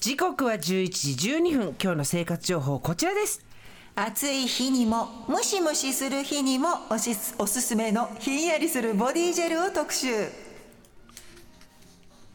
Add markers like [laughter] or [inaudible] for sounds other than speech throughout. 時刻は11時12分今日の生活情報こちらです暑い日にもムシムシする日にもおしおすすめのひんやりするボディジェルを特集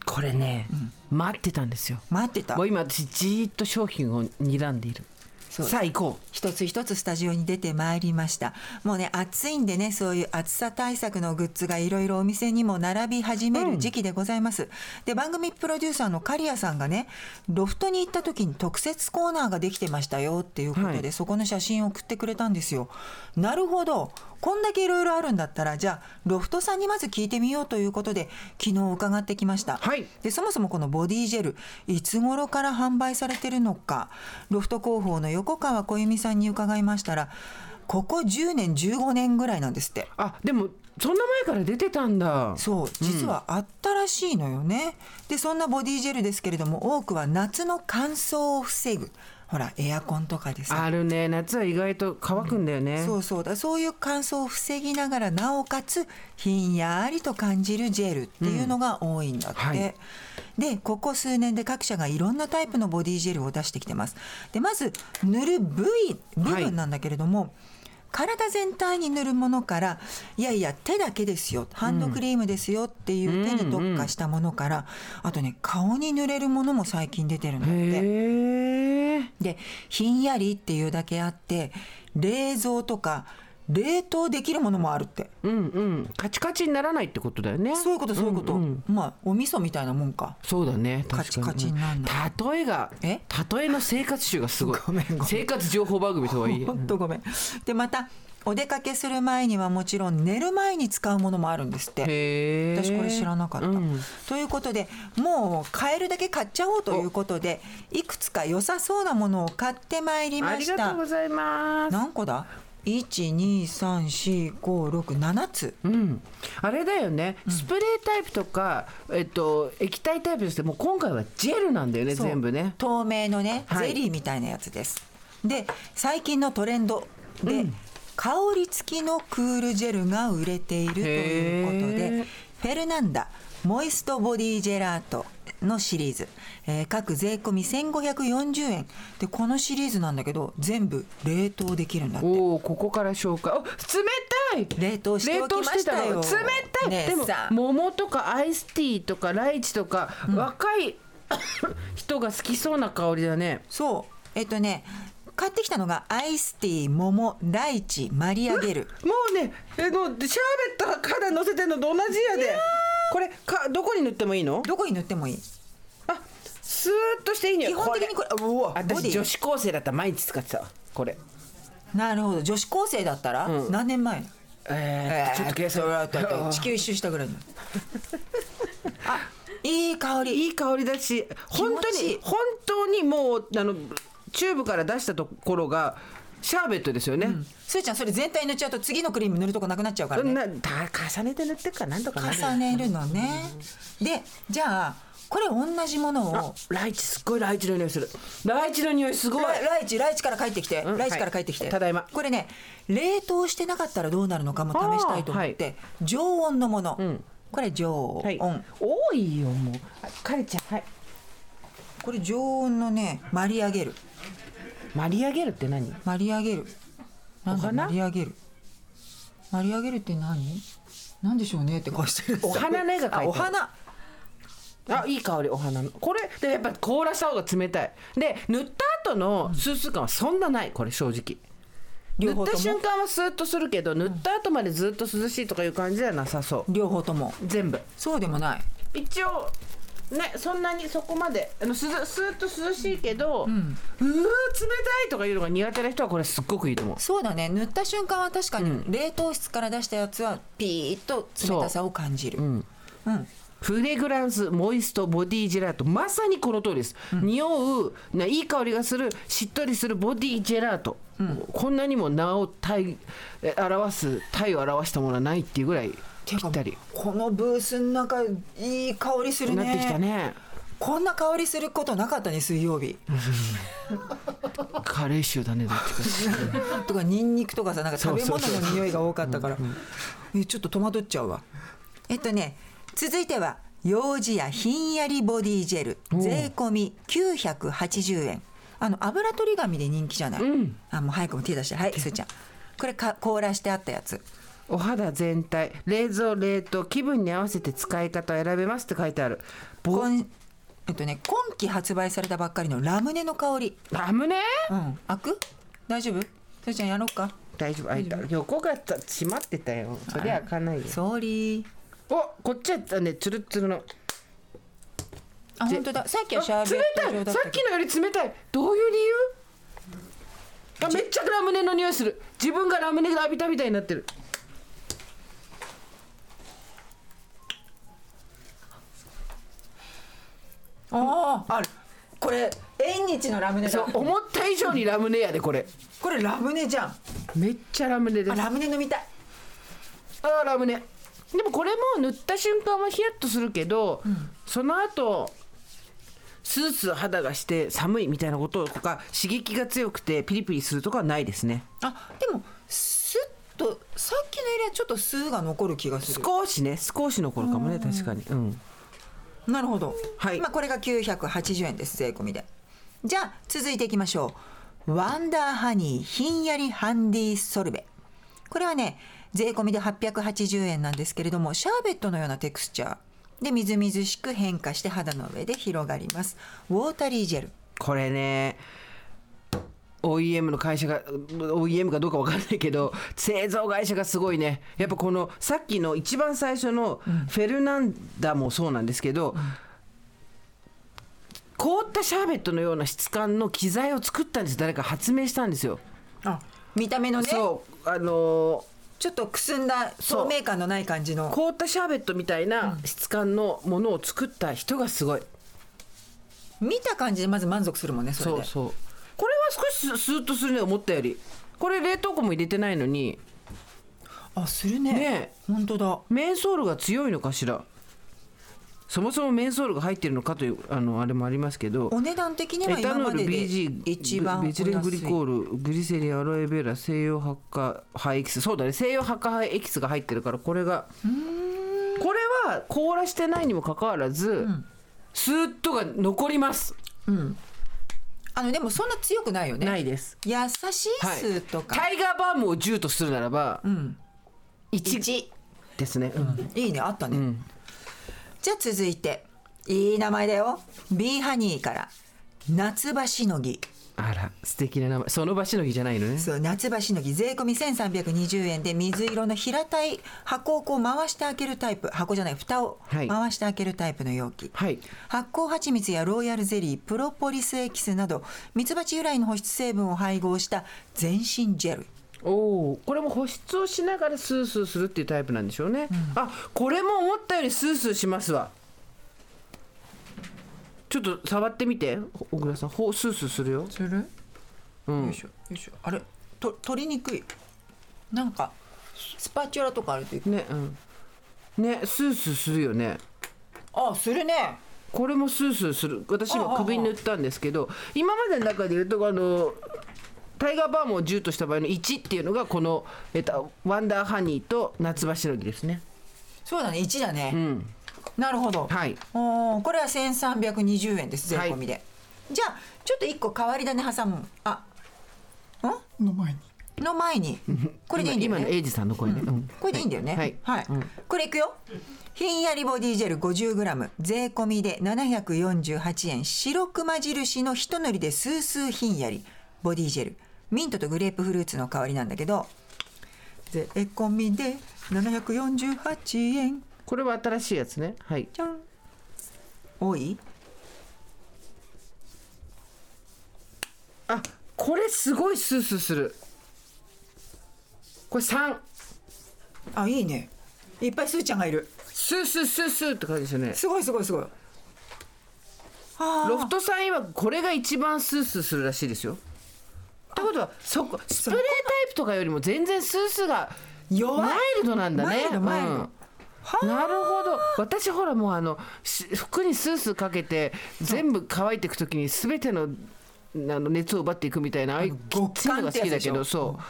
これね、待ってたんですよ待ってたもう今私じーっと商品を睨んでいるそうさあ行こ一つ一つスタジオに出てまいりましたもうね暑いんでねそういう暑さ対策のグッズがいろいろお店にも並び始める時期でございます、で番組プロデューサーの刈谷さんがねロフトに行った時に特設コーナーができてましたよっていうことで、はいそこの写真を送ってくれたんですよなるほどこんだけいろいろあるんだったらじゃあロフトさんにまず聞いてみようということで昨日伺ってきました、はいでそもそもこのボディジェルいつ頃から販売されてるのかロフト広報の横川小由美さんに伺いましたらここ10年15年ぐらいなんですってうあでもそんな前から出てたんだそう実はあったらしいのよね、でそんなボディジェルですけれども多くは夏の乾燥を防ぐほらエアコンとかですあるね夏は意外と乾くんだよね、そうそうだそういう乾燥を防ぎながらなおかつひんやりと感じるジェルっていうのが多いんだって、うんはいでここ数年で各社がいろんなタイプのボディジェルを出してきてますでまず塗る部位部はい分なんだけれども、体全体に塗るものからいやいや手だけですよハンドクリームですよっていう手に特化したものから、あとね顔に塗れるものも最近出てるんだって。へえでひんやりっていうだけあって冷蔵とか冷凍できるものもあるってうんうんカチカチにならないってことだよねそういうことそういうこと、んんまあお味噌みたいなもんかそうだねカチカチになん確かに例えがえ例えの生活集がすごいごめんごめん生活情報番組とはいえほんとごめんでまたお出かけする前にはもちろん寝る前に使うものもあるんですってへえ私これ知らなかった、うんということでもう買えるだけ買っちゃおうということでいくつか良さそうなものを買ってまいりあまりしがたとうございます何個だ1234567つうん、あれだよね、スプレータイプとか、えっと、液体タイプですけどもう今回はジェルなんだよねそう全部ね透明のね、はいゼリーみたいなやつですで最近のトレンドで、香り付きのクールジェルが売れているということへーでフェルナンダモイストボディジェラートのシリーズ、えー各税込み1540円でこのシリーズなんだけど全部冷凍できるんだっておおここから紹介お冷たい冷凍しておきましたよ冷凍してたの冷たい、ねえでもさあ桃とかアイスティーとかライチとか、若い人が好きそうな香りだねそうえっとね買ってきたのがアイスティー桃ライチマリアゲルもうねえのシャーベットから乗せてんのと同じやでこれかどこに塗ってもいいのどこに塗ってもいいあスーッとしていいね基本的にこれうわボデ私ィ女子高生だったら毎日使ってたわこれなるほど女子高生だったら、うん何年前えー、ちょっと計算あったあった地球一周したぐら [laughs] いのあいい香りいい香りだし本当気持ちいにい本当にもうあのチューブから出したところがシャーベットですよね、すーちゃんそれ全体塗っちゃうと次のクリーム塗るとこなくなっちゃうからねなた重ねて塗ってるからなんとかなる重ねるのねでじゃあこれ同じものをライチすっごいライチの匂いするライチの匂いすごいラライチライチから帰ってきて、うんライチから帰ってきて、はいただいまこれね冷凍してなかったらどうなるのかも試したいと思って、あ常温のもの、んこれ常温、はい、多いよもうあカレちゃんはいこれ常温のねマリアゲルマリアゲルって何マリアゲル。なんだお花マリアゲル。マリアゲルって何？なんでしょうねって顔してる。お花の絵が描いてあるあお花。あいい香りお花のこれでやっぱ凍らした方が冷たいで塗った後のスースー感はそんなないこれ正直塗両っ方たとも瞬。間はスーッとするけど塗った後までずっと涼しいとかいう感じではなさそう両方とも。全部そうでもない。一応ねそんなにそこまであのすずスーッと涼しいけど、うー冷たいとかいうのが苦手な人はこれすっごくいいと思うそうだね。塗った瞬間は確かに冷凍室から出したやつはピーッと冷たさを感じる。うん。フレグランスモイストボディジェラートまさにこの通りです、匂うないい香りがするしっとりするボディジェラート、こんなにも名を体え表す体を表したものはないっていうぐらいぴてかったり、このブースの中いい香りするねなってきたねこんな香りすることなかったね水曜日カレー臭だねどっちかとかニンニクとかさなんか食べそう物そうそうの匂いが多かったからえちょっと戸惑っちゃうわえっとね続いては幼児やひんやりボディジェル税込み980円あの油取り紙で人気じゃない、うんあもう早くも手出してはいすーちゃんこれか凍らしてあったやつお肌全体冷蔵冷凍気分に合わせて使い方を選べますって書いてあるぼ今えっとね今期発売されたばっかりのラムネの香りラムネうん開く大丈夫すーちゃんやろうか大丈夫開いた横がた閉まってたよそれ開かないよソーリーおこっちやったねつるつるのあぜ本当ださっきあはシャーベ冷ット状ただいっさたっけきのより冷たいどういう理由あめっちゃラムネの匂いする自分がラムネ浴びたみたいになってるどあああるこれ縁日のラムネそう思った以上にラムネやでこれこれラムネじゃんめっちゃラムネですあラムネ飲みたいあーラムネでもこれも塗った瞬間はヒヤッとするけど、その後スーツ肌がして寒いみたいなこととか刺激が強くてピリピリするとかはないですねあでもスッとさっきのよりはちょっと酢が残る気がする少しね少しの頃かもね確かにうんなるほどはいまあこれが980円です税込みでじゃあ続いていきましょうワンダーハニーひんやりハンディソルベこれはね税込みで880円なんですけれどもシャーベットのようなテクスチャーでみずみずしく変化して肌の上で広がりますウォータリージェルこれね OEM の会社が OEM かどうかわかんないけど製造会社がすごいねやっぱこのさっきの一番最初のフェルナンダもそうなんですけど、凍ったシャーベットのような質感の機材を作ったんです誰か発明したんですよ。あ見た目のねそうあのーちょっとくすんだそう透明感のない感じの凍ったシャーベットみたいな質感のものを作った人がすごい、見た感じでまず満足するもんねそれそでうそうこれは少しススーッとするね思ったよりこれ冷凍庫も入れてないのにあするねねえ本当だメンソールが強いのかしらそもそもメンソールが入ってるのかというあのあれもありますけどお値段的にはエタ今ノまーでルで BG 一番おベ安ジレングリコいールグリセリンアロエベラ西洋発火灰エキスそうだね西洋発火灰エキスが入ってるからこれがこれは凍らしてないにもかかわらず、スーッとが残りますあのでもそんな強くないよねないです優しいはい酢とか、タイガーバームを10とするならば、一一ですね、うんい、いねあったね、じゃあ続いていい名前だよ B ハニーから夏場しのぎあら素敵な名前その場しのぎじゃないのねそう夏場しのぎ税込み1320円で水色の平たい箱をこう回して開けるタイプ箱じゃない蓋をはい回して開けるタイプの容器、はい発酵蜂蜜やロイヤルゼリープロポリスエキスなどミツバチ由来の保湿成分を配合した全身ジェルおおこれも保湿をしながらスースーするっていうタイプなんでしょうね、あこれも思ったよりスースーしますわちょっと触ってみてほ小倉さんほうスースーするよする、よいしょよいしょあれと取りにくいなんかスパチュラとかあるといいねうんねスースーするよねあするねこれもスースーする私あああもあ首に塗ったんですけど今までの中で言うとあのタイガーバームを10とした場合の1っていうのがこの、えっと、ワンダーハニーと夏場しのぎですねそうだね1だね、うんなるほどはいおーこれは1320円です税込みで、じゃあちょっと1個変わり種挟むあの前にの前にこれでいいんだよ今ね今のエイジさんの声ね、うんこれでいいんだよね。はいうんこれいくよ。ひんやりボディジェル 50g 税込みで748円白熊印の一塗りでスースーひんやりボディジェルミントとグレープフルーツの香りなんだけど税込みで748円これは新しいやつねはいじゃん多いあこれすごいスースーするこれ3あいいねいっぱいスーちゃんがいるスースースースーって感じですよねすごいすごいすごいあロフトさん今これが一番スースーするらしいですよってことはそこスプレータイプとかよりも全然スースーが弱いマイルドなんだねマイルドマイルドうんなるほど私ほらもうあのし服にスースーかけて全部乾いていくときに全てのあの熱を奪っていくみたいなああいうきっ極ちいの寒がって好きやつだでけしょどそう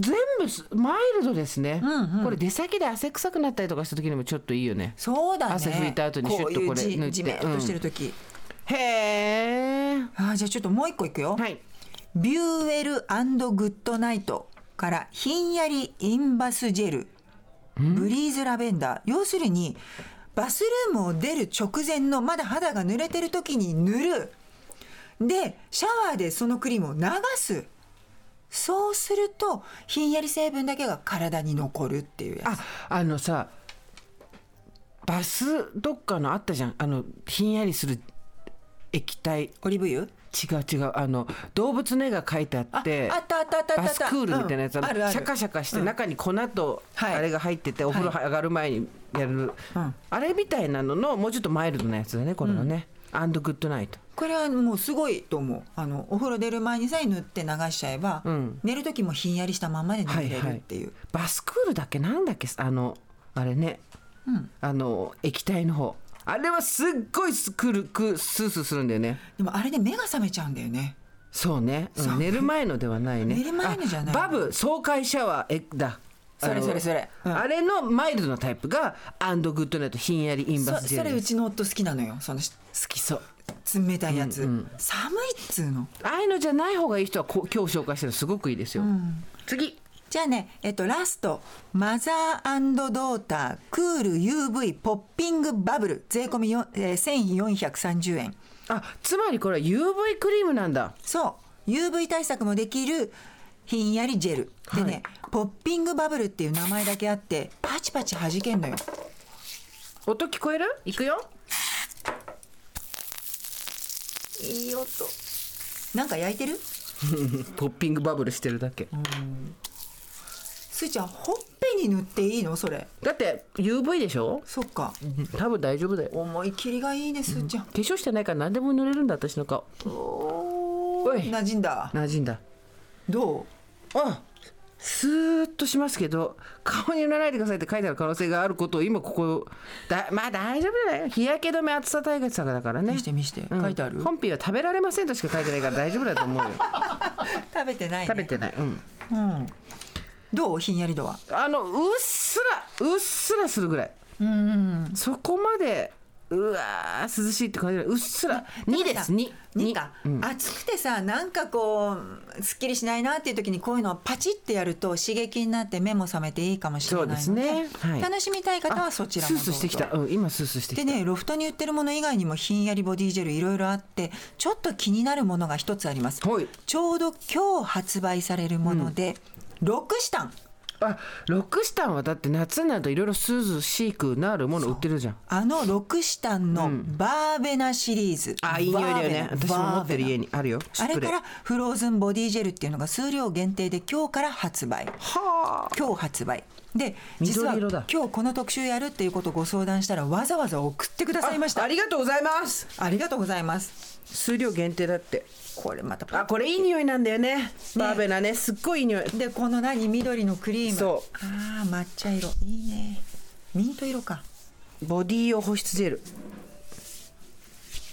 全部すマイルドですね、これ出先で汗臭くなったりとかした時にもちょっといいよねそうだね汗拭いた後にシュッとこれういう塗ってじじめっとしてる時、へえあーじゃあちょっともう一個いくよ、はいビューエルグッドナイトからひんやりインバスジェルブリーズラベンダー要するにバスルームを出る直前のまだ肌が濡れてる時に塗るでシャワーでそのクリームを流すそうするとひんやり成分だけが体に残るっていうやあつあのさバスどっかのあったじゃんあのひんやりする液体オリーブ油違う違うあの動物の絵が描いてあってああったあったあったあったバスクールみたいなやつ、うんあのあるあるシャカシャカして中に粉とはいあれが入ってて、お風呂上がる前にやる、んあれみたいなののもうちょっとマイルドなやつだねこれのね、アンドグッドナイトこれはもうすごいと思うあのお風呂出る前にさえ塗って流しちゃえば、うん寝る時もひんやりしたままで寝れるっていう、バスクールだっけなんだっけあのあれね、あの液体の方あれはすっごいスクールくスースーするんだよねでもあれで目が覚めちゃうんだよねそうね、うんそう寝る前のではないね寝る前のじゃないあバブ爽快シャワーえだそれあのそれそれうんあれのマイルドなタイプがアンドグッドナイトひんやりインバそスジェそルれでうすちの夫好きなのよそのし好きそう冷たいやつ、寒いっつうのああいうのじゃない方がいい人はこう今日紹介してるのすごくいいですよ、次じゃあねえっとラストマザードータークール UV ポッピングバブル税込みよ、えー、1430円あつまりこれは UV クリームなんだそう UV 対策もできるひんやりジェルでね、ポッピングバブルっていう名前だけあってパチパチ弾けんのよ音聞こえるいくよいい音なんか焼いてるポッピングバブルしてるだけ、スイちゃんほっぺに塗っていいのそれだって UV でしょそっか多分大丈夫だよ思い切りがいいねスーちゃん、化粧してないから何でも塗れるんだ私の顔おおいー馴染んだ馴染んだどうあスーッとしますけど顔に塗らないでくださいって書いてある可能性があることを今ここだまあ大丈夫だよ日焼け止め暑さ対策だからね見して見して、うん書いてある本品は食べられませんとしか書いてないから大丈夫だと [laughs] 思うよ食べてない、ね、食べてない、うん、うんどうひんやり度はあのうっすらうっすらするぐらいそこまでうわー涼しいって感じじゃないうっすら2です二2か、暑くてさなんかこうすっきりしないなっていう時にこういうのをパチってやると刺激になって目も覚めていいかもしれないのでそうですねはい楽しみたい方はそちらもスーどうぞスーしてきた、うん、今スースーしてきでたねロフトに売ってるもの以外にもひんやりボディジェルいろいろあってちょっと気になるものが一つありますはいちょうど今日発売されるもので、ロックシタンあロックスタンはだって夏になるといろいろ涼しくなるもの売ってるじゃんあのロクシタンのバーベナシリーズ、あいい匂いだよねバーベ私ナも持ってるバーベナ家にあるよスあれプレかーらフローズンボディジェルっていうのが数量限定で今日から発売はあ今日発売で実は緑色だ今日この特集やるっていうことをご相談したらわざわざ送ってくださいましたああありがとうございますりがとうございます数量限定だってこれまたあこれいい匂いなんだよねバーベナねすっごいいい匂いでこの何緑のクリームそうあー抹茶色いいねミント色かボディ用保湿ジェル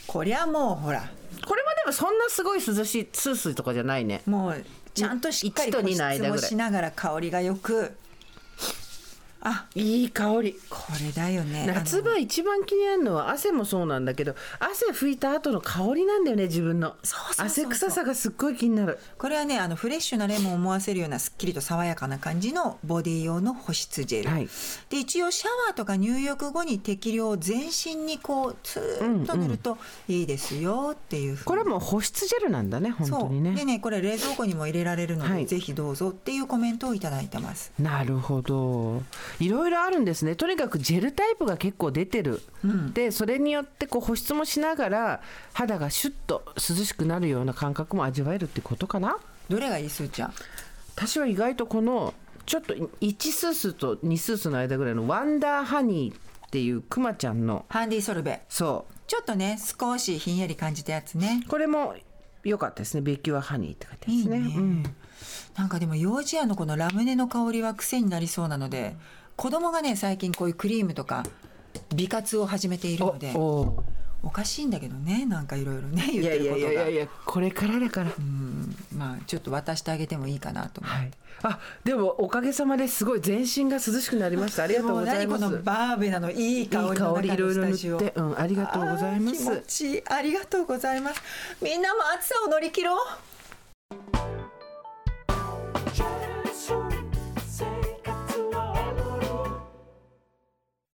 こりゃもうほらこれもでもそんなすごい涼しいスースーとかじゃないねもうちゃんとしっかり一と保二の湿間もぐらいしながら香りがよくあいい香りこれだよね夏場一番気になるのは汗もそうなんだけど汗拭いた後の香りなんだよね自分のそうそうそう汗臭さがすっごい気になるこれはねあのフレッシュなレモンを思わせるようなすっきりと爽やかな感じのボディ用の保湿ジェル、はいで一応シャワーとか入浴後に適量全身にこうツーッと塗るといいですよっていうふうにこれはもう保湿ジェルなんだね本当にそうでねねこれ冷蔵庫にも入れられるので、はいぜひどうぞっていうコメントをいただいてますなるほどいろいろあるんですねとにかくジェルタイプが結構出てる、でそれによってこう保湿もしながら肌がシュッと涼しくなるような感覚も味わえるってことかなどれがいいすーちゃん私は意外とこのちょっと1スースと2スースの間ぐらいのワンダーハニーっていうクマちゃんのハンディソルベそうちょっとね少しひんやり感じたやつねこれも良かったですね「ベキュアハニー」って書いてあるんでいいすねね、うんなんかでも幼児屋のこのラムネの香りは癖になりそうなので子供がね最近こういうクリームとか美活を始めているのでおおおかしいんだけどねなんかいろいろね言いっやているやこいとやいがやいやこれからだから、うんまあちょっと渡してあげてもいいかなと思うはいあでもおかげさまですごい全身が涼しくなりましたありがとうございますもう何このバーベナのいい香りのいい香りい中ろのいスろタ塗っジオて、うん、ありがとうございまあー気持すちいいありがとうございますみんなも暑さを乗り切ろう